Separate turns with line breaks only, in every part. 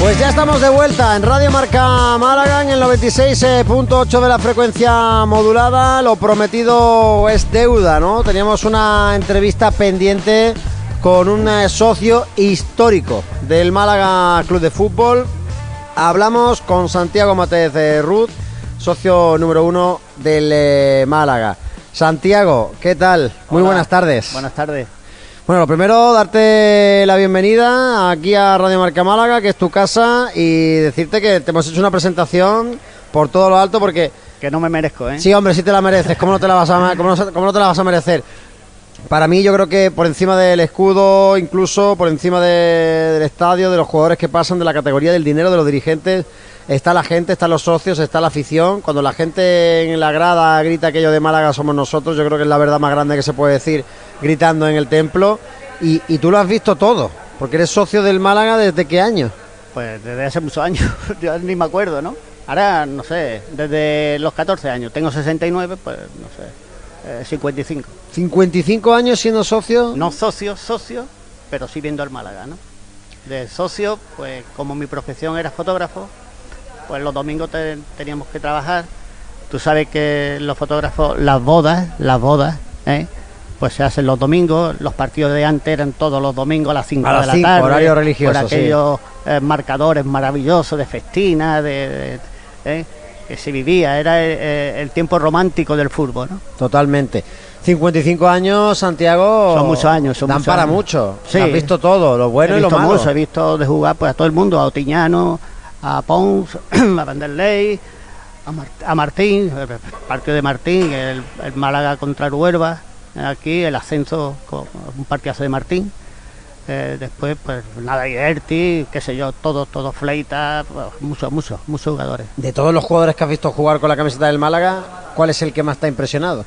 Pues ya estamos de vuelta en Radio Marca Málaga en el 96.8 de la frecuencia modulada. Lo prometido es deuda, ¿no? Teníamos una entrevista pendiente con un eh, socio histórico del Málaga Club de Fútbol. Hablamos con Santiago Matez de Ruth, socio número uno del eh, Málaga. Santiago, ¿qué tal? Muy
Hola.
buenas tardes.
Buenas tardes.
Bueno, lo primero, darte la bienvenida aquí a Radio Marca Málaga, que es tu casa, y decirte que te hemos hecho una presentación por todo lo alto, porque
Que no me merezco, ¿eh?
sí, hombre, sí te la mereces, ¿cómo no te la vas a, cómo no- cómo no te la vas a merecer? Para mí, yo creo que por encima del escudo, incluso por encima de- del estadio, de los jugadores que pasan, de la categoría del dinero, de los dirigentes, está la gente, están los socios, está la afición. Cuando la gente en la grada grita aquello de Málaga somos nosotros, yo creo que es la verdad más grande que se puede decir gritando en el templo. Y, y tú lo has visto todo, porque eres socio del Málaga desde qué año.
Pues desde hace muchos años, yo ni me acuerdo, ¿no? Ahora, no sé, desde los 14 años. Tengo 69, pues no sé, eh, 55.
55 años siendo socio.
No socio, socio, pero sí viendo al Málaga, ¿no? De socio, pues como mi profesión era fotógrafo, pues los domingos te- teníamos que trabajar. Tú sabes que los fotógrafos, las bodas, las bodas, ¿eh? pues se hacen los domingos. Los partidos de antes eran todos los domingos a las 5
A las
de la
cinco,
tarde.
horario religioso,
Por aquellos eh, marcadores maravillosos de festina, de, de- ¿eh? que se vivía. Era eh, el tiempo romántico del fútbol, ¿no?
Totalmente. 55 años, Santiago.
Son muchos años, son
Dan
muchos
para
años.
mucho.
Sí.
Has visto todo, lo bueno
he
y lo
visto
malo.
mucho, he visto de jugar pues a todo el mundo, a Otiñano, a Pons, a Vanderlei, a, Mar- a Martín, el partido de Martín, el, el Málaga contra el Huelva, aquí el ascenso con un partidazo de Martín. Eh, después, pues nada, Iberti, qué sé yo, todos, todos Fleitas, pues, muchos, muchos, muchos jugadores.
De todos los jugadores que has visto jugar con la camiseta del Málaga, ¿cuál es el que más te ha impresionado?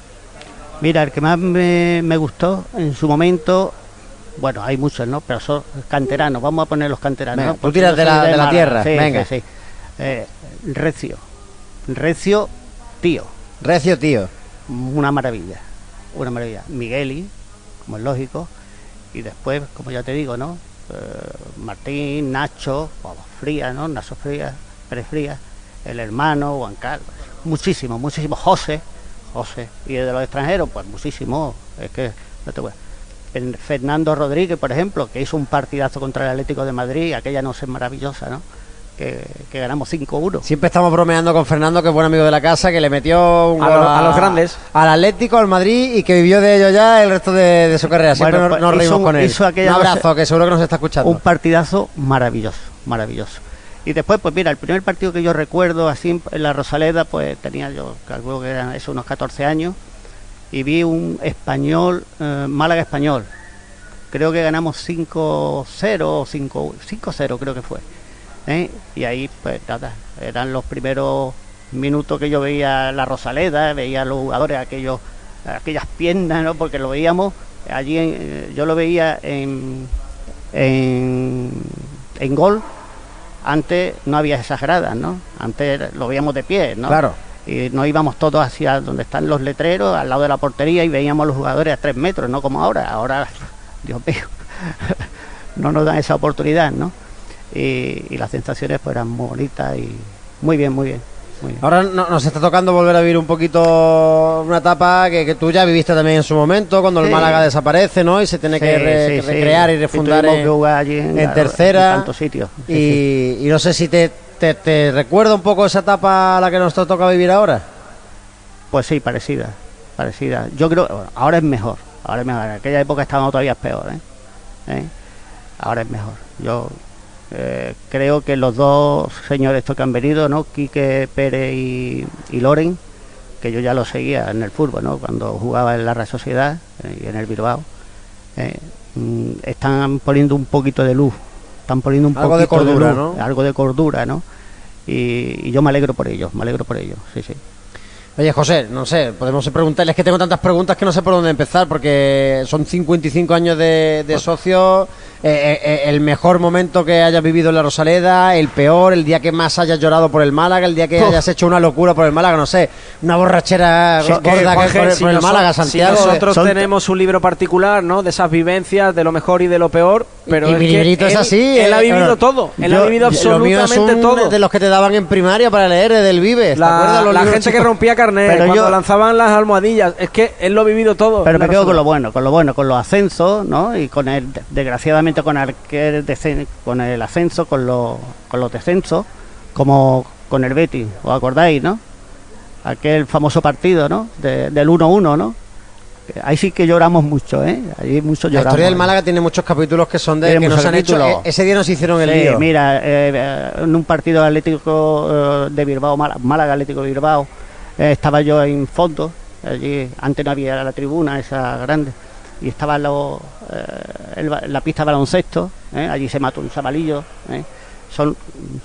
Mira, el que más me, me gustó en su momento, bueno, hay muchos, ¿no? Pero son canteranos, vamos a poner los canteranos.
Venga,
¿no?
tú
Porque
tiras
yo
de
soy
la- de la
Málaga.
tierra, venga.
sí, sí. Eh, recio, recio, tío,
Recio, tío.
una maravilla, una maravilla. Migueli, como es lógico, y después, como ya te digo, ¿no? Eh, Martín, Nacho, vamos, Fría, ¿no? Nacho Fría, Pérez Fría, el hermano, Juan Carlos, muchísimo, muchísimo, José, José, y de los extranjeros, pues muchísimo, es que no te voy a- Fen- Fernando Rodríguez, por ejemplo, que hizo un partidazo contra el Atlético de Madrid, aquella no sé maravillosa, ¿no? Que, que ganamos 5-1.
Siempre estamos bromeando con Fernando, que es buen amigo de la casa, que le metió un
A
gol
lo- a los grandes.
Al Atlético, al Madrid y que vivió de ello ya el resto de, de su carrera. Siempre
Bueno,
nos-
pues
nos
hizo
reímos
un-
con él.
hizo aquella
Un abrazo,
cosa-
que seguro que nos está escuchando.
Un partidazo maravilloso, maravilloso. Y después, pues mira, el primer partido que yo recuerdo así en- en la Rosaleda, pues tenía yo, calculo que eran eso, unos 14 años, y vi un español, eh, Málaga español. Creo que ganamos 5-0 o 5 5-0 creo que fue. ¿eh? Y ahí, pues nada, eran los primeros minutos que yo veía la Rosaleda, veía a los jugadores, aquellos, aquellas piernas, ¿no? Porque lo veíamos allí, en- eh, yo lo veía en, en, en gol. Antes no había esas gradas, ¿no? Antes era- lo veíamos de pie, ¿no?
Claro.
Y nos íbamos todos hacia donde están los letreros, al lado de la portería, y veíamos a los jugadores a tres metros, no como ahora. Ahora, Dios mío, no nos dan esa oportunidad, ¿no? y, y las sensaciones pues eran muy bonitas y muy bien, muy bien. Muy bien.
Ahora no- nos está tocando volver a vivir un poquito una etapa que, que tú ya viviste también en su momento, cuando el
Sí.
Málaga desaparece, ¿no? Y se tiene que
Sí,
re-
sí, sí.
recrear y refundar
tuvimos
en,
que jugar allí en,
en
la-
tercera.
en tantos sitios. Sí,
y,
sí.
y no sé si te, te- te recuerda un poco esa etapa a la que nos toca vivir ahora.
Pues sí, parecida, parecida. Yo creo, bueno, ahora es mejor, ahora es mejor. En aquella época estábamos todavía peor, ¿eh? ¿Eh? Ahora es mejor. Yo eh, creo que los dos señores estos que han venido, ¿no? Quique Pérez y, y Loren, que yo ya los seguía en el fútbol, ¿no? Cuando jugaba en la Real Sociedad eh, y en el Bilbao, eh, mm, están poniendo un poquito de luz, están poniendo un
Algo de
poquito
cordura,
luz,
¿no?
algo de cordura, ¿no? Y, y yo me alegro por ellos, me alegro por ellos, sí, sí.
Oye, José, no sé, podemos preguntarles que tengo tantas preguntas que no sé por dónde empezar, porque son 55 años de, de socio, eh, eh, eh, el mejor momento que hayas vivido en la Rosaleda, el peor, el día que más hayas llorado por el Málaga, el día que
Uf.
hayas hecho una locura por el Málaga, no sé, una borrachera
Si es que,
gorda que
Jorge,
por el,
si
por el
noso-
Málaga,
si
Santiago. eh.
nosotros
Son-
tenemos un libro particular, ¿no? De esas vivencias, de lo mejor y de lo peor.
Pero y es mi librito es
él,
así. eh,
Él, él ha vivido bueno, todo. Él yo, ha vivido absolutamente lo mío es un todo.
De los que te daban en primaria para leer, del Vives.
La, ¿te acuerdas los la gente chicos? que rompía carnet, pero cuando yo, lanzaban las almohadillas. Es que él lo ha vivido todo.
Pero me quedo con lo bueno, con lo bueno, con los ascensos, ¿no? Y con el, desgraciadamente, con, aquel desen, con el ascenso, con, los con los descensos, como con el Betis, ¿os acordáis, no? Aquel famoso partido, ¿no? De, del 1-1, ¿no? Ahí sí que lloramos mucho, ¿eh? Ahí mucho lloramos.
La historia del Málaga tiene muchos capítulos que son de que nos han hecho. Eh, ese día nos hicieron el
sí,
lío.
Mira, eh, en un partido atlético eh, de Bilbao, Málaga Atlético de Bilbao, eh, estaba yo en fondo. Allí antes no había la tribuna esa grande y estaba lo, eh, el, la pista de baloncesto. eh, Allí se mató un chavalillo. eh, Son,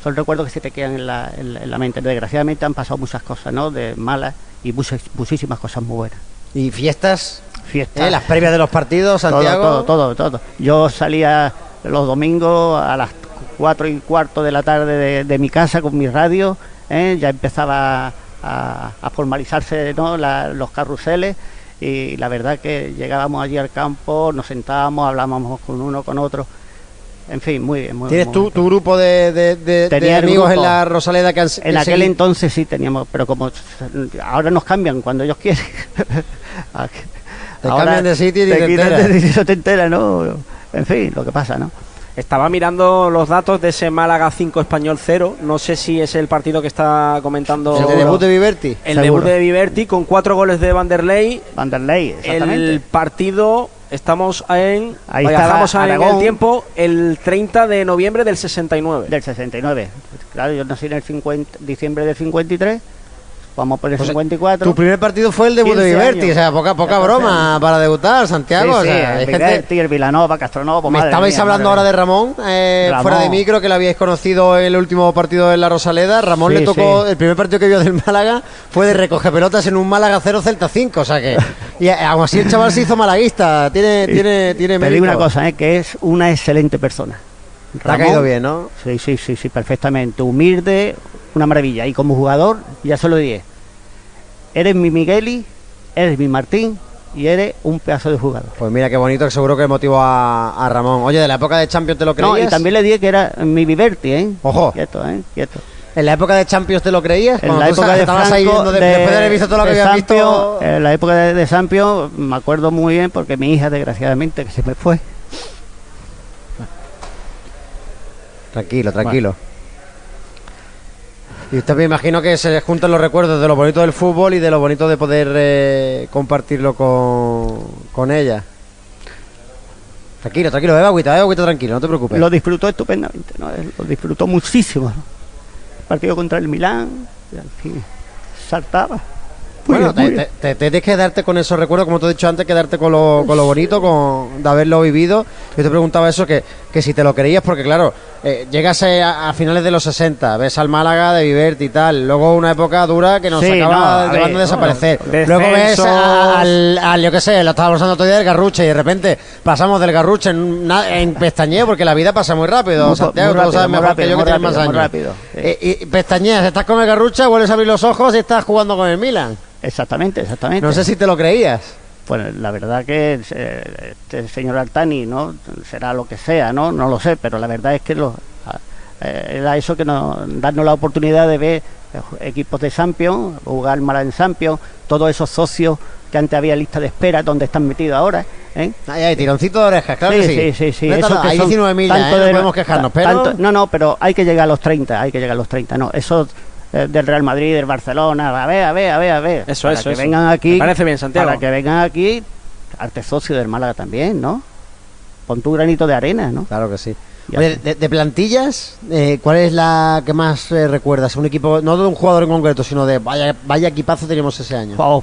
son recuerdos que se te quedan en la, en, en la, mente. Desgraciadamente han pasado muchas cosas, ¿no? De malas y muchas, muchísimas cosas muy buenas.
¿Y fiestas?
Fiestas.
¿Eh? Las previas de los partidos, Santiago.
Ah. Todo, todo, todo, todo, Yo salía los domingos a las 4 y cuarto de la tarde de, de mi casa con mi radio. ¿eh? Ya empezaba a, a formalizarse ¿no? la, los carruseles. Y la verdad que llegábamos allí al campo, nos sentábamos, hablábamos con uno, con otro. En fin, muy bien. Muy,
¿Tienes
muy
tú,
bien.
tu grupo de, de, de, de amigos grupo. en la Rosaleda que han
En aquel seguido? entonces sí teníamos, pero como ahora nos cambian cuando ellos quieren.
te ahora cambian de sitio y te, te
enteras. te entera, ¿no? En fin, lo que pasa, ¿no?
Estaba mirando los datos de ese Málaga 5 Español 0. No sé si es el partido que está comentando.
El de debut de Viverti.
El Seguro. debut de Viverti con cuatro goles de Vanderlei.
Vanderlei, exactamente.
El partido Estamos en. Ahí viajamos a el tiempo el 30 de noviembre del 69.
Del 69. Claro, yo nací en el 50, diciembre del 53. Vamos por el o
Pues,
54.
Sea, tu primer partido fue el debut de Viverti, o sea, poca, poca broma años. para debutar, Santiago. Sí, sí, o sea,
el Viverti, el Vilanova, Castronova.
Me estabais mía, hablando ahora de Ramón, eh, Ramón, fuera de micro, que lo habíais conocido en el último partido en la Rosaleda. Ramón sí, le tocó, el primer partido que vio del Málaga fue de recoger pelotas en un Málaga 0 Celta 5, o sea que. y aún así el chaval se hizo malaguista, tiene, tiene, tiene
Te digo una cosa, eh, que es una excelente persona.
Ramón, Te ha caído bien, ¿no?
Sí, sí, sí, sí, perfectamente. Humilde, una maravilla. Y como jugador, ya solo 10. Eres mi Migueli, eres mi Martín y eres un pedazo de jugador.
Pues mira qué bonito, que seguro que motivó a, a Ramón. Oye, de la época de Champions te lo creías. No,
y también le dije que era mi Viverti, ¿eh?
Ojo.
Quieto, ¿eh? Quieto.
¿En la época de Champions te lo creías?
En la época de
estabas
Franco,
de, de, después de haber visto todo lo que habías visto.
En la época de, de Champions me acuerdo muy bien porque mi hija, desgraciadamente, que se me fue.
Tranquilo, tranquilo. Bueno. Y usted me imagino que se les juntan los recuerdos de lo bonito del fútbol y de lo bonito de poder eh, compartirlo con, con, ella. Tranquilo, tranquilo, beba agüita, beba agüita, tranquilo, no te preocupes.
Lo disfrutó estupendamente, ¿no? lo disfrutó muchísimo. El partido contra el Milán, y al fin, saltaba.
Bueno, te, te, te, tienes que darte con esos recuerdos, como te he dicho antes, quedarte con lo, con lo bonito, con de haberlo vivido. Yo te preguntaba eso, que, que si te lo creías, porque claro, eh, llegas a, a, finales de los 60, ves al Málaga de Viverti y tal, luego una época dura que nos sí, acaba no, llevando a desaparecer. No, luego ves a, al, al, yo qué sé, lo estábamos hablando otro día del Garruche y de repente pasamos del Garruche en, en pestañeo, porque la vida pasa muy rápido, muy, Santiago, muy rápido, tú lo sabes mejor rápido, que yo que tienes más años. Rápido, sí. eh, y pestañeas, estás con el Garruche, vuelves a abrir los ojos y estás jugando con el Milan.
Exactamente, exactamente.
No sé si te lo creías.
Pues la verdad que eh, este señor Altani, ¿no? Será lo que sea, ¿no? No lo sé, pero la verdad es que lo, eh, era eso que nos darnos la oportunidad de ver eh, equipos de Champions, jugar mal en Champions, todos esos socios que antes había lista de espera, donde están metidos ahora. ¿eh?
Ahí hay tironcito de orejas, claro
sí,
que
sí. Sí, sí, sí.
Eso no, que hay 19.000, ¿eh? no podemos quejarnos, pero... Tanto,
no, no, pero hay que llegar a los 30, hay que llegar a los 30, no, eso eh, del Real Madrid, del Barcelona, a ver, a ver, a ver, a ver.
Eso,
para
eso,
que
eso.
vengan aquí.
Me parece bien, Santiago.
Para que vengan aquí, arte socio del Málaga también, ¿no? Pon tu granito de arena, ¿no?
Claro que sí. Oye, de, de, plantillas, eh, ¿cuál es la que más eh, recuerdas? Un equipo, no de un jugador en concreto, sino de vaya, vaya equipazo teníamos ese año.
Wow.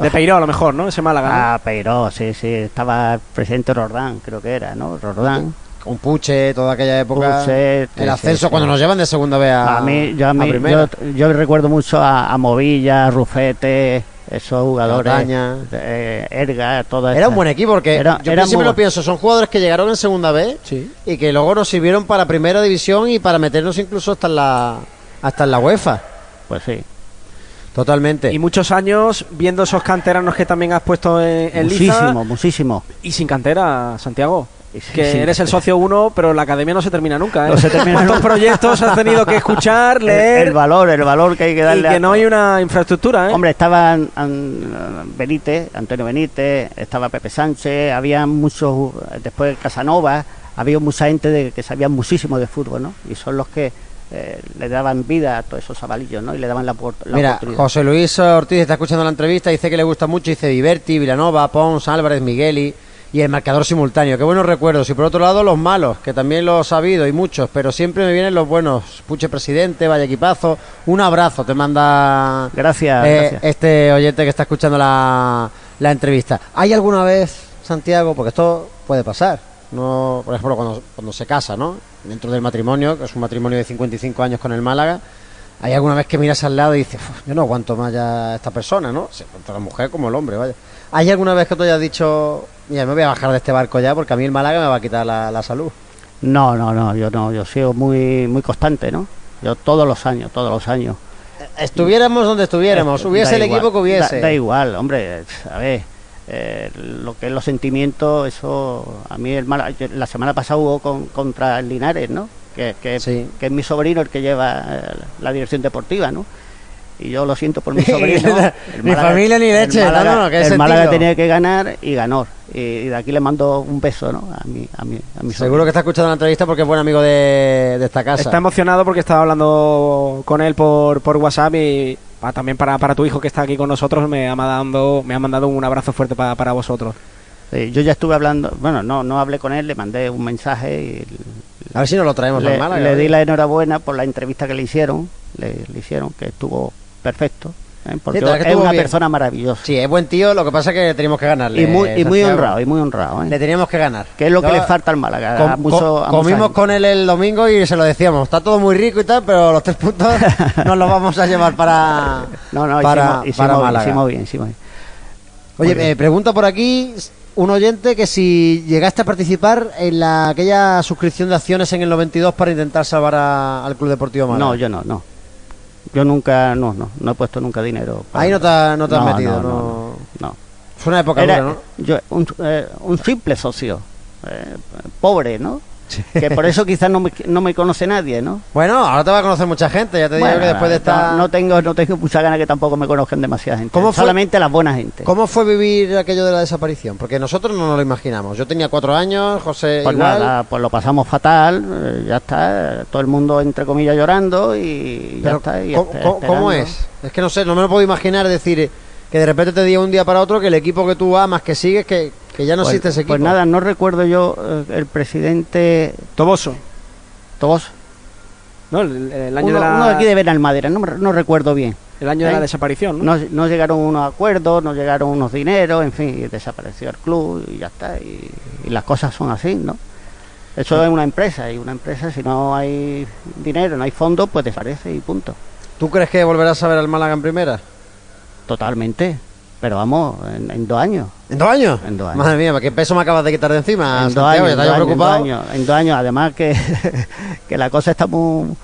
de Peiró a lo mejor, ¿no? Ese Málaga. ¿no?
Ah, Peiró, sí, sí. Estaba presente Rordán, creo que era, ¿no? Rordán
un puche, toda aquella época. Puche, el ascenso sí, cuando sí. nos llevan de segunda vez a,
a mí, yo, a mí, a primera. Yo, yo, recuerdo mucho a, a, Movilla, Rufete, esos jugadores.
Daña.
Eh, Erga, todo
Era esta. un buen equipo porque era, yo era siempre lo pienso, son jugadores que llegaron en segunda vez sí. y que luego nos sirvieron para primera división y para meternos incluso hasta en la, hasta en la UEFA.
Pues sí.
Totalmente.
Y muchos años viendo esos canteranos que también has puesto en, en
muchísimo,
lista.
Muchísimo,
Y sin cantera, Santiago que
sí,
eres el socio uno, pero la academia no se termina nunca. ¿eh?
No se termina
¿Cuántos
nunca.
proyectos has tenido que escuchar,
El-
leer?
El, valor, el valor que hay que
y
darle.
que
a-
no hay una infraestructura, ¿eh?
Hombre, estaban an- Benítez, Antonio Benítez, estaba Pepe Sánchez, había muchos, después Casanova, había mucha gente de, que sabía muchísimo de fútbol, ¿no? Y son los que eh, le daban vida a todos esos chavalillos, ¿no? Y le daban la, opor- la
Mira,
oportunidad.
José Luis Ortiz está escuchando la entrevista, dice que le gusta mucho, dice Viverti, Vilanova, Pons, Álvarez, Migueli y el marcador simultáneo. Qué buenos recuerdos. Y por otro lado, los malos, que también los ha habido y muchos, pero siempre me vienen los buenos. Puche Presidente, Valle Equipazo, un abrazo te manda
Gracias,
eh,
gracias.
este oyente que está escuchando la, la entrevista. ¿Hay alguna vez, Santiago, porque esto puede pasar, no, por ejemplo, cuando, cuando se casa, ¿no? Dentro del matrimonio, que es un matrimonio de 55 años con el Málaga, ¿hay alguna vez que miras al lado y dices, "Uf, yo no aguanto más ya a esta persona, ¿no? Se- Tanto la mujer como el hombre, vaya. ¿Hay alguna vez que tú hayas dicho, mira, me voy a bajar de este barco ya porque a mí el Málaga me va a quitar la, la salud?
No, no, no, yo no, yo sigo muy, muy constante, ¿no? Yo todos los años, todos los años.
Eh, Estuviéramos donde estuviéramos,
Esto,
hubiese
da
el
igual,
equipo que
da-
hubiese.
Da, igual, hombre, a ver, eh, lo que es los sentimientos, eso, a mí el Málaga- yo- la semana pasada hubo con- contra el Linares, ¿no? Que, que,
Sí.
que es mi sobrino el que lleva eh, la dirección deportiva, ¿no? Y yo lo siento por mi
Ni
sobrino. El Málaga-
familia ni
el
leche, no,
Málaga-
no, no, que
el
sentido.
Málaga tenía que ganar y ganó. Y, y de aquí le mando un beso, ¿no? A mi, a mi, a mi
Seguro que está escuchando la entrevista porque es buen amigo de, de esta casa.
Está emocionado porque estaba hablando con él por, por WhatsApp y pa- también para, para tu hijo que está aquí con nosotros me ha mandado, me ha mandado un abrazo fuerte pa- para vosotros.
Eh, yo ya estuve hablando, bueno, no, no hablé con él, le mandé un mensaje y
A ver si nos lo traemos al
le,
Málaga.
le di
¿eh?
la enhorabuena por la entrevista que le hicieron, le, le hicieron que estuvo perfecto, ¿eh? porque
Sí, la verdad que
es
estuvo
una
bien.
persona maravillosa
Sí, es buen tío, lo que pasa es que teníamos que ganarle.
y muy y muy
Santiago.
honrado y muy honrado, ¿eh?
Le teníamos que ganar.
que es lo que
Yo-
le falta al Málaga.
com-
a mucho-
com-
a mucha
comimos
gente.
con él el domingo y se lo decíamos. Está todo muy rico y tal, pero los tres puntos nos los vamos a llevar para,
no no
para,
hicimos, hicimos
para
bien,
Málaga.
hicimos bien, hicimos bien.
Oye,
Muy bien.
me pregunta por aquí un oyente que si llegaste a participar en la, aquella suscripción de acciones en el 92 para intentar salvar a- al Club Deportivo Málaga.
No, yo no, no. Yo nunca, no, no, no he puesto nunca dinero. para-
Ahí no te, ha- no te has metido.
no,
No,
no, no.
Fue una época
Era
dura, ¿no?
yo, un, eh, un simple socio, eh, pobre, ¿no? Que por eso quizás no me, no me conoce nadie, ¿no?
Bueno, ahora te va a conocer mucha gente. Ya te digo
Bueno,
que después de esta.
no, no tengo no tengo mucha ganas que tampoco me conozcan demasiada gente.
¿Cómo fue?
Solamente las buenas gente.
¿Cómo fue vivir aquello de la desaparición? Porque nosotros no nos lo imaginamos. Yo tenía cuatro años, José
Pues
igual.
nada, pues lo pasamos fatal, eh, ya está, eh, todo el mundo entre comillas llorando y ya
Pero,
está. y
¿cómo,
espe-
cómo- cómo
esperando.
es? Es que no sé, no me lo puedo imaginar decir eh, que de repente te diga un día para otro que el equipo que tú amas, que sigues, que, que ya no
Pues-
existe ese equipo.
Pues nada, no recuerdo yo eh, el presidente
Toboso,
Tobos,
¿no? El, el año
uno,
de la,
uno de aquí de Benalmádena, no, me- no recuerdo bien.
el año de la
¿eh?
desaparición, ¿no?
No, no llegaron unos acuerdos, no llegaron unos dineros, en fin, y desapareció el club y ya está. Y, y las cosas son así, ¿no? Eso es una empresa y una empresa si no hay dinero, no hay fondos, pues desaparece y punto.
¿Tú crees que volverás a ver al Málaga en primera?
Totalmente. Pero vamos, en, en dos años.
¿En dos años?
En dos años.
Madre mía, qué peso me acabas de quitar de encima.
en, dos
Ah, Santiago,
años
ya
en,
te había
dos años, en dos
preocupado.
años, en dos años. Además que, que la cosa está muy...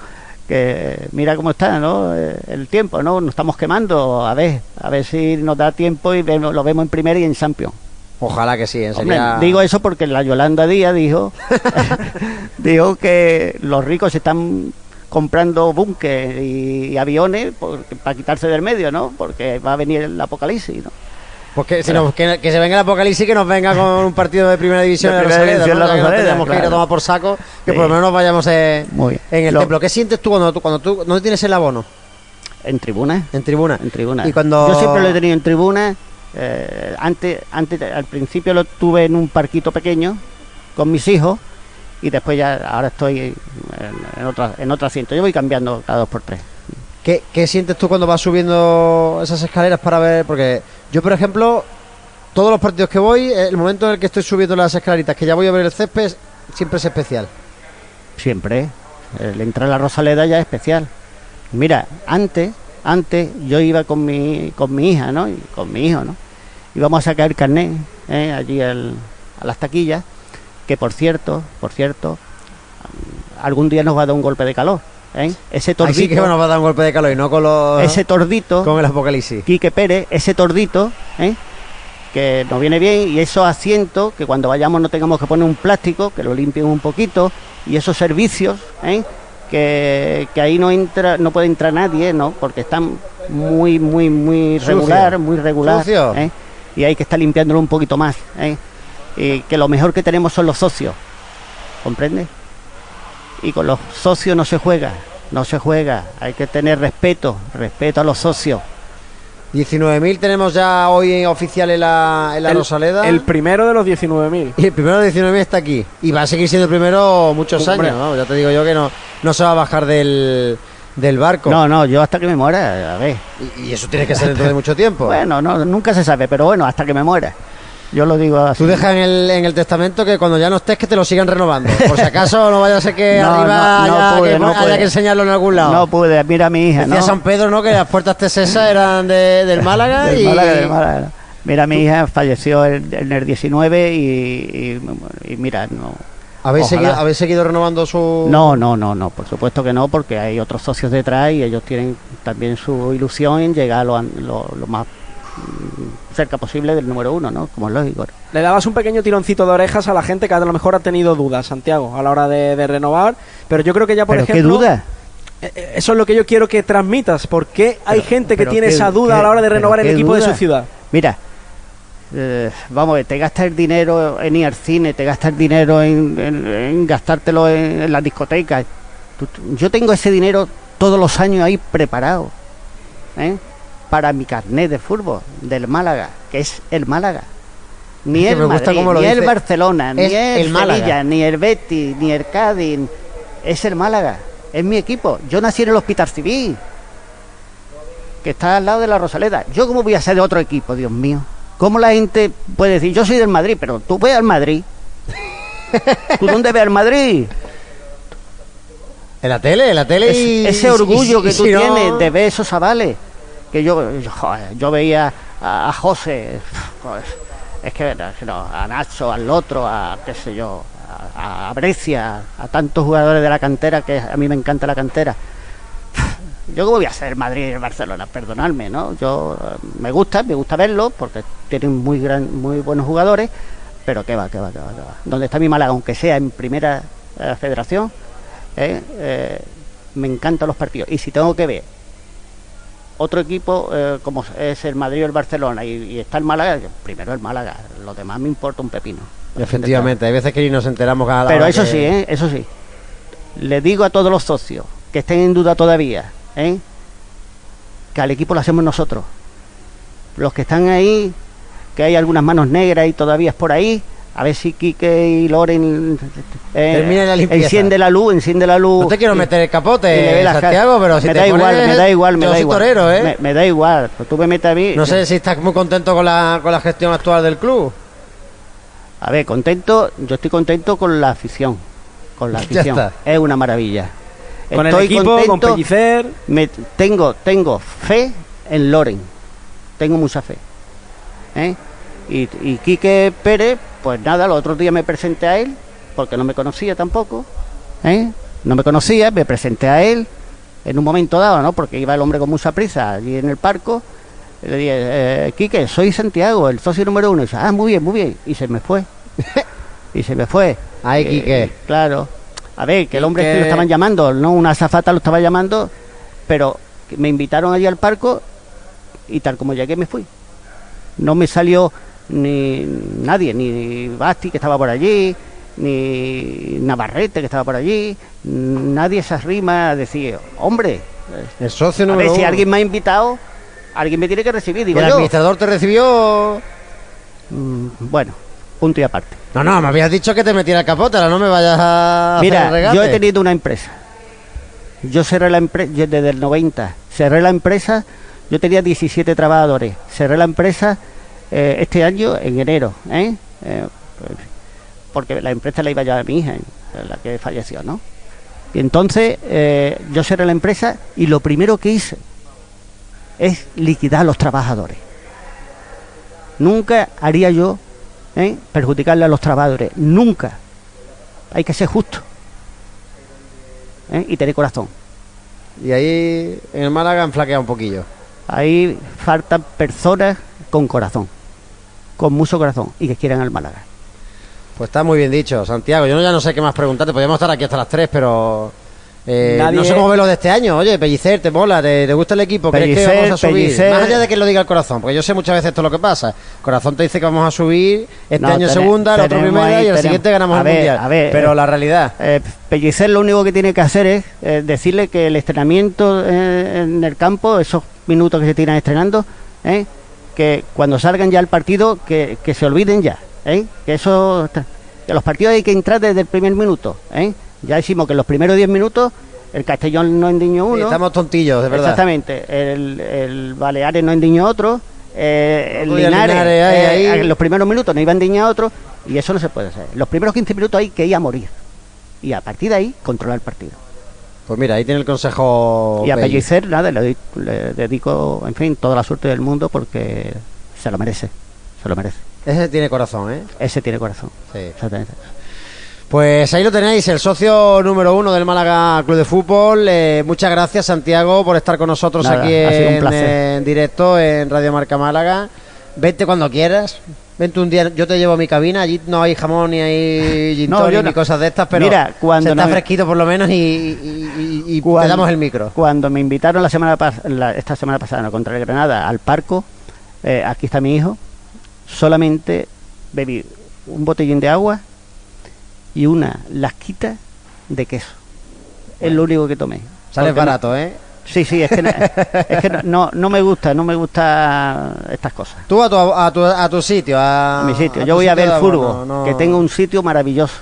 Que mira cómo está, ¿no? Eh, El tiempo, ¿no? Nos estamos quemando. A ver, a ver si nos da tiempo y vemos- lo vemos en primera y en Champions.
Ojalá que sí, eh,
Hombre,
sería-
digo eso porque la Yolanda Díaz dijo, dijo que los ricos están comprando búnker y, y aviones porque- para quitarse del medio, ¿no? Porque va a venir el apocalipsis, ¿no?
Pues que, si nos- que, que se venga el apocalipsis que nos venga con un partido de primera división
De
en la
primera
Rosaleda,
división
¿no?
en la
Ya que nos
Rosaleda,
tengamos que ir a
claro.
tomar por saco, que
Sí.
por lo menos nos vayamos eh,
Muy bien.
en el
Lo-
templo. ¿Qué sientes tú cuando, tú cuando tú no tienes el abono?
En tribuna.
En tribuna.
En tribuna.
Y cuando...
Yo siempre lo he tenido en tribuna. eh, antes, antes, al principio lo tuve en un parquito pequeño con mis hijos y después ya ahora estoy en, en otra, en otro asiento. Yo voy cambiando cada dos por tres.
¿Qué, qué sientes tú cuando vas subiendo esas escaleras para ver? Porque yo, por ejemplo, todos los partidos que voy, eh, el momento en el que estoy subiendo las escaleritas, que ya voy a ver el césped, siempre es especial.
Siempre. ¿eh? El entrar a la Rosaleda ya es especial. Mira, antes, antes yo iba con mi, con mi hija, ¿no? Y con mi hijo, ¿no? Íbamos a sacar el carnet, ¿eh? allí al- a las taquillas, que por cierto, por cierto, algún día nos va a dar un golpe de calor. ¿eh? Ese
Así
tordito,
que nos va a dar un golpe de calor y no con los...
ese tordito,
Con el apocalipsis.
Quique Pérez, ese tordito, ¿eh? que nos viene bien y esos asientos que cuando vayamos no tengamos que poner un plástico, que lo limpien un poquito y esos servicios, ¿eh? que, que ahí no entra, no puede entrar nadie, ¿no? Porque están muy, muy, muy
Sucio.
regular, muy regular,
Sucio.
¿eh? y hay que estar limpiándolo un poquito más, ¿eh? Y que lo mejor que tenemos son los socios, ¿comprende? Y con los socios no se juega, no se juega, hay que tener respeto, respeto a los socios.
19.000 tenemos ya hoy oficial en la, en la
el,
Rosaleda.
el primero de los 19.000.
y el primero de 19.000 está aquí. Y va a seguir siendo el primero muchos
Hombre.
años. vamos, ya te digo yo que no, no se va a bajar del, del barco.
No, no, yo hasta que me muera, a ver.
Y, y eso tiene que ser dentro de mucho tiempo.
Bueno, no, nunca se sabe, pero bueno, hasta que me muera. Yo lo digo así.
Tú dejas en el, en el testamento que cuando ya no estés que te lo sigan renovando. Por si acaso no vaya a ser que
No,
arriba
no, no
haya,
puede,
que,
no
haya
puede.
que enseñarlo en algún lado.
No pude, mira a mi hija,
Decía
¿no?
San Pedro, ¿no? Que las puertas tesesas eran de- del Málaga
Del
y...
Málaga, del Málaga. Mira, mi hija falleció en, en el 19 y, y- y mira, no.
¿Habéis,
Ojalá.
seguido, ¿Habéis seguido renovando su...?
No, no, no, no, por supuesto que no, porque hay otros socios detrás y ellos tienen también su ilusión en llegar lo, an- lo- lo más mm, cerca posible del número uno, ¿no? Como es lógico. ¿no?
Le dabas un pequeño tironcito de orejas a la gente que a lo mejor ha tenido dudas, Santiago, a la hora de, de renovar. Pero yo creo que ya, por
Pero qué
ejemplo.
duda.
eh, eh, Eso es lo que yo quiero que transmitas. ¿Por qué hay
Pero-
gente que
pero
tiene
qué-
esa duda
qué-
a la hora de
pero
renovar el
qué
equipo de
duda.
su ciudad?
Mira, eh, vamos a ver, te gastas el dinero en ir al cine, te gastas el dinero en, en- en gastártelo en, en las discotecas. Tú- tú- yo tengo ese dinero todos los años ahí preparado ¿eh? para mi carnet de fútbol del Málaga, que es el Málaga.
Es
Ni
que
el
me gusta
Madrid,
cómo lo
ni el
dice.
Barcelona, ni
Es
el,
el Málaga.
Sevilla, ni el Betis, ni el Cádiz. Es el Málaga, es mi equipo. Yo nací en el Hospital Civil que está al lado de la Rosaleda. Yo cómo voy a ser de otro equipo, Dios mío. ¿Cómo la gente puede decir, yo soy del Madrid, pero tú ve al Madrid? ¿Tú dónde ves al Madrid?
En la tele, en la tele y...
Ese- ese orgullo
y- y
que tú
si no-
tienes de ver esos avales. Que yo, yo, joder, yo veía a, a José, joder, es que era- que no, a Nacho, al otro, a qué sé yo, a, a Brescia, a tantos jugadores de la cantera que a mí me encanta la cantera. Yo cómo voy a hacer el Madrid y el Barcelona, perdonadme, ¿no? Yo eh, me gusta, me gusta verlo porque tienen muy gran, muy buenos jugadores, pero qué va, qué va, qué va, qué va. Donde está mi Málaga, aunque sea en primera eh, federación, eh, eh, me encantan los partidos. Y si tengo que ver otro equipo eh, como es el Madrid o el Barcelona y, y está el Málaga, yo primero el Málaga, lo demás me importa un pepino.
Efectivamente, hay veces que ni nos enteramos a la
Pero
hora
eso
que-
sí, ¿eh? eso sí. Le digo a todos los socios que estén en duda todavía, ¿eh? que al equipo lo hacemos nosotros. Los que están ahí, que hay algunas manos negras y todavía es por ahí, a ver si Quique y Loren eh,
Termina la limpieza.
enciende la luz, enciende la luz.
No te quiero
y-
meter el capote,
y le ve las caras.
Santiago, pero si
me
te
da igual,
pones-
me da igual, me
yo
da
soy
igual.
torero, ¿eh?
Me, me da igual, pero tú me metes a mí.
No sé si estás muy contento con la, con la gestión actual del club.
A ver, contento, yo estoy contento con la afición, con la
Ya
afición.
está.
Es una maravilla.
Con el
Estoy
equipo, con
contento,
Pellicer.
me tengo tengo fe en Loren tengo mucha fe ¿eh? y, y Quique Pérez pues nada los otros días me presenté a él porque no me conocía tampoco ¿eh? no me conocía me presenté a él en un momento dado no porque iba el hombre con mucha prisa allí en el parco y le dije eh, Quique soy Santiago el socio número uno y dice ah muy bien muy bien y se me fue y se me fue
Ay,
Eh,
Quique.
claro a ver que el hombre es que lo
Quique.
estaban llamando no una azafata lo estaba llamando pero que me invitaron allí al parco y tal como llegué me fui. No me salió ni nadie, ni Basti que estaba por allí, ni Navarrete que estaba por allí, nadie se arrima a decir, hombre,
El socio
a
número
ver si
uno.
alguien me ha invitado, alguien me tiene que recibir,
El
digo yo.
administrador te recibió...
Mm, Bueno, punto y aparte.
No, no, me habías dicho que te metiera el capote, ahora no me vayas a hacer el
Mira,
regate.
yo he tenido una empresa. Yo cerré la empresa desde el 90. Cerré la empresa, yo tenía 17 trabajadores. Cerré la empresa eh, este año en enero, ¿eh? Eh, pues, porque la empresa la iba ya a mi hija, eh, la que falleció, ¿no? Y entonces eh, yo cerré la empresa y lo primero que hice es liquidar a los trabajadores. Nunca haría yo ¿eh? perjudicarle a los trabajadores, nunca hay que ser justo ¿eh? y tener corazón.
Y ahí en el Málaga han flaqueado un poquillo.
Ahí faltan personas con corazón. con mucho corazón y que quieran al Málaga.
Pues está muy bien dicho, Santiago. Yo no, ya no sé qué más preguntarte. Podríamos estar aquí hasta las 3, pero. eh,
Nadie-
No sé cómo ve lo de este año. Oye, Pellicer, te mola, te, te gusta el equipo. ¿Crees que
Pellicer,
vamos a subir?
Pellicer.
Más allá de que lo diga el corazón, porque yo sé muchas veces esto es lo que pasa. El corazón te dice que vamos a subir este
No,
año
tene-
segunda, el otro
tenemos
primera
ahí,
y el
tenemos-
siguiente ganamos
a
el
ver,
mundial.
a ver,
pero
eh,
la realidad.
Eh, Pellicer lo único que tiene que hacer es eh, decirle que el estrenamiento eh, en el campo, esos minutos que se tiran estrenando, ¿eh? que cuando salgan ya al partido, que, que se olviden ya. ¿eh? Que, eso, está- que los partidos hay que entrar desde el primer minuto. ¿eh? Ya hicimos que en los primeros 10 minutos el Castellón no endiñó
Sí,
uno.
estamos tontillos, de verdad.
Exactamente. El, el Baleares no endiñó otro. eh, el
Uy, el
Linares,
Linares, ahí,
eh,
ahí.
en los primeros minutos no iba a endiñar otro. Y eso no se puede hacer. Los primeros 15 minutos hay que ir a morir. Y a partir de ahí, controlar el partido.
Pues mira, ahí tiene el consejo.
Y a
Pelli.
Pellicer, nada, le, doy- le dedico, en fin, toda la suerte del mundo porque se lo merece. Se lo merece.
Ese tiene corazón, ¿eh?
Ese tiene corazón.
Sí.
Exactamente.
Pues ahí lo tenéis, el socio número uno del Málaga Club de Fútbol. Eh, muchas gracias, Santiago, por estar con nosotros
Nada,
aquí
ha sido un
en,
placer.
eh, en directo en Radio Marca Málaga. Vente cuando quieras. Vente un día, yo te llevo a mi cabina, allí no hay jamón ni hay gin
No,
tonic,
yo
ni
no.
cosas de estas, pero
Mira,
se
cuando
está
no-
fresquito por lo menos y, y- y- y
Cuando-
te damos el micro.
Cuando me invitaron la semana pas- la- esta semana pasada no, contra el Granada al parco, eh, aquí está mi hijo, solamente bebí un botellín de agua y una lasquita de queso. Es lo único que tomé.
Sales
Porque no-
barato, ¿eh?
Sí, sí, es que, no- es que no, no, no me gusta, no me gusta estas cosas.
Tú a tu, a tu, a tu sitio, a,
a mi sitio.
a
Yo
tu
voy a
sitio
ver
de
el
abono,
furbo,
no-
que tengo un sitio maravilloso,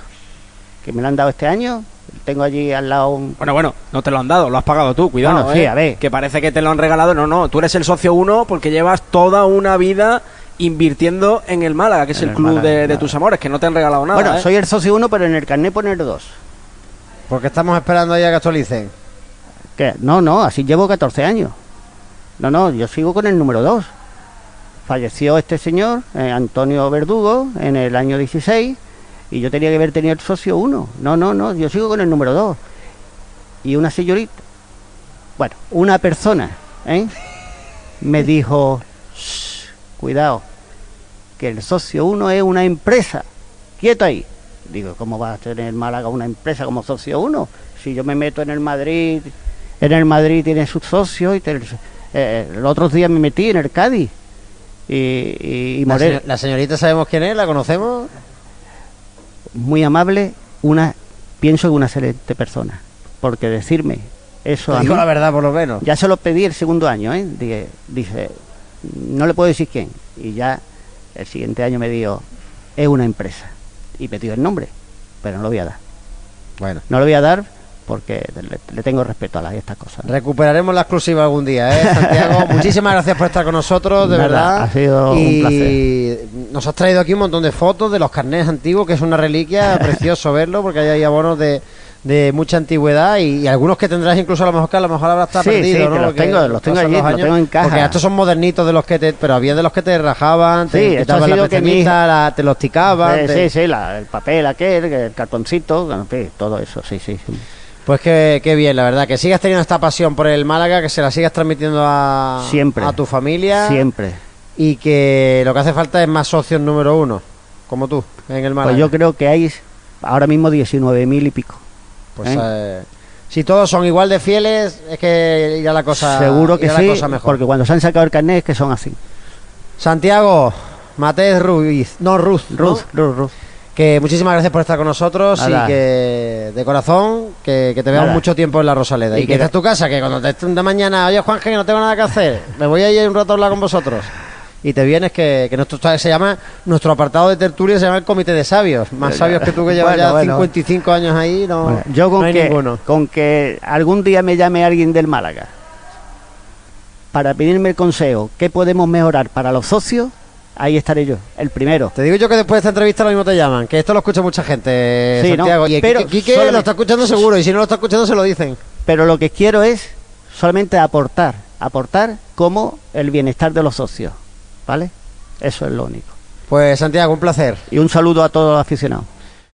que me lo han dado este año. Tengo allí al lado un,
Bueno, bueno, no te lo han dado, lo has pagado tú, cuidado.
Bueno, sí,
¿eh?
a ver.
Que parece que te lo han regalado. No, no, tú eres el socio uno porque llevas toda una vida invirtiendo en el Málaga, que es
En
el,
el
club
Málaga,
de, de
Málaga.
tus amores, que no te han regalado nada.
bueno,
¿eh?
soy el socio 1, pero en el carnet poner 2.
Porque estamos esperando ahí a que actualicen.
Que, no, no, así llevo 14 años. No, no, yo sigo con el número 2. Falleció este señor, eh, Antonio Verdugo, en el año 16, y yo tenía que haber tenido el socio 1. No, no, no, yo sigo con el número 2. Y una señorita, bueno, una persona, ¿eh? me dijo, "Shh, cuidado, que el socio 1 es una empresa. Quieto ahí. Digo, ¿cómo va a tener Málaga una empresa como socio 1? Si yo me meto en el Madrid, en el Madrid tiene sus socios y el, eh, el otro día me metí en el Cádiz. Y, y, y
La,
Morel-
señor- la señorita sabemos quién es, la conocemos.
muy amable, una pienso que una excelente persona, porque decirme eso
Te
a
digo
mí-
la verdad, por lo menos.
ya se lo pedí el segundo año, ¿eh? Dije- dice, no le puedo decir quién, y ya el siguiente año me dijo, es una empresa, y me dio el nombre, pero no lo voy a dar,
Bueno.
no lo voy a dar porque le, le tengo respeto a las, estas cosas. ¿no?
Recuperaremos la exclusiva algún día, ¿eh, Santiago? Muchísimas gracias por estar con nosotros, de
Nada,
verdad.
ha sido un
y nos has traído aquí un montón de fotos de los carnés antiguos, que es una reliquia, precioso verlo, porque hay ahí abonos de, de mucha antigüedad y, y algunos que tendrás incluso a lo mejor que a lo mejor habrá estado
Sí,
perdido,
sí,
¿no?
que los
Porque
tengo- los tengo
pasan
allí, los tengo en caja.
Porque estos son modernitos de los que te... Pero había de los que te rajaban,
Sí,
te
esto ha
quitaban la
sido que mi-
pestañita, la- te los ticaban...
Eh,
te-
sí, sí, la- el papel aquel, el cartoncito, en fin, todo eso, sí, sí. sí.
Pues qué, qué bien, la verdad, que sigas teniendo esta pasión por el Málaga, que se la sigas transmitiendo a,
Siempre.
a tu familia
Siempre.
y que lo que hace falta es más socios número uno, como tú, en el Málaga.
Pues yo creo que hay ahora mismo 19 mil y pico.
Pues,
¿eh?
eh, si todos son igual de fieles, es que irá la cosa,
Seguro que
irá
sí,
la cosa mejor.
porque cuando se han sacado el carnet es que son así.
Santiago, Matez Ruiz, no Ruz, ¿no?
Ruz, Ruz, Ruz.
que muchísimas gracias por estar con nosotros
Nada.
y que de corazón que, que te veamos
Nada.
mucho tiempo en la Rosaleda y,
Y
que,
que-
esta es tu casa, que cuando te de mañana, oye Juan, que no tengo nada que hacer, me voy a ir un rato a hablar con vosotros. Y te vienes que, que nuestro se llama nuestro apartado de tertulia se llama el comité de sabios, más sabios que tú que llevas
Bueno,
ya
bueno.
55 años ahí, no,
Bueno, yo con,
no hay
que,
ninguno.
con que algún día me llame alguien del Málaga para pedirme el consejo, ¿qué podemos mejorar para los socios? Ahí estaré yo, el primero.
Te digo yo que después de esta entrevista lo mismo te llaman, que esto lo escucha mucha gente,
Sí, ¿no?
Santiago. Y
Pero
Quique- Quique
solamente-
lo está escuchando seguro, y si no lo está escuchando se lo dicen.
Pero lo que quiero es solamente aportar, aportar como el bienestar de los socios, ¿vale? Eso es lo único.
Pues Santiago, un placer.
Y un saludo a todos los aficionados.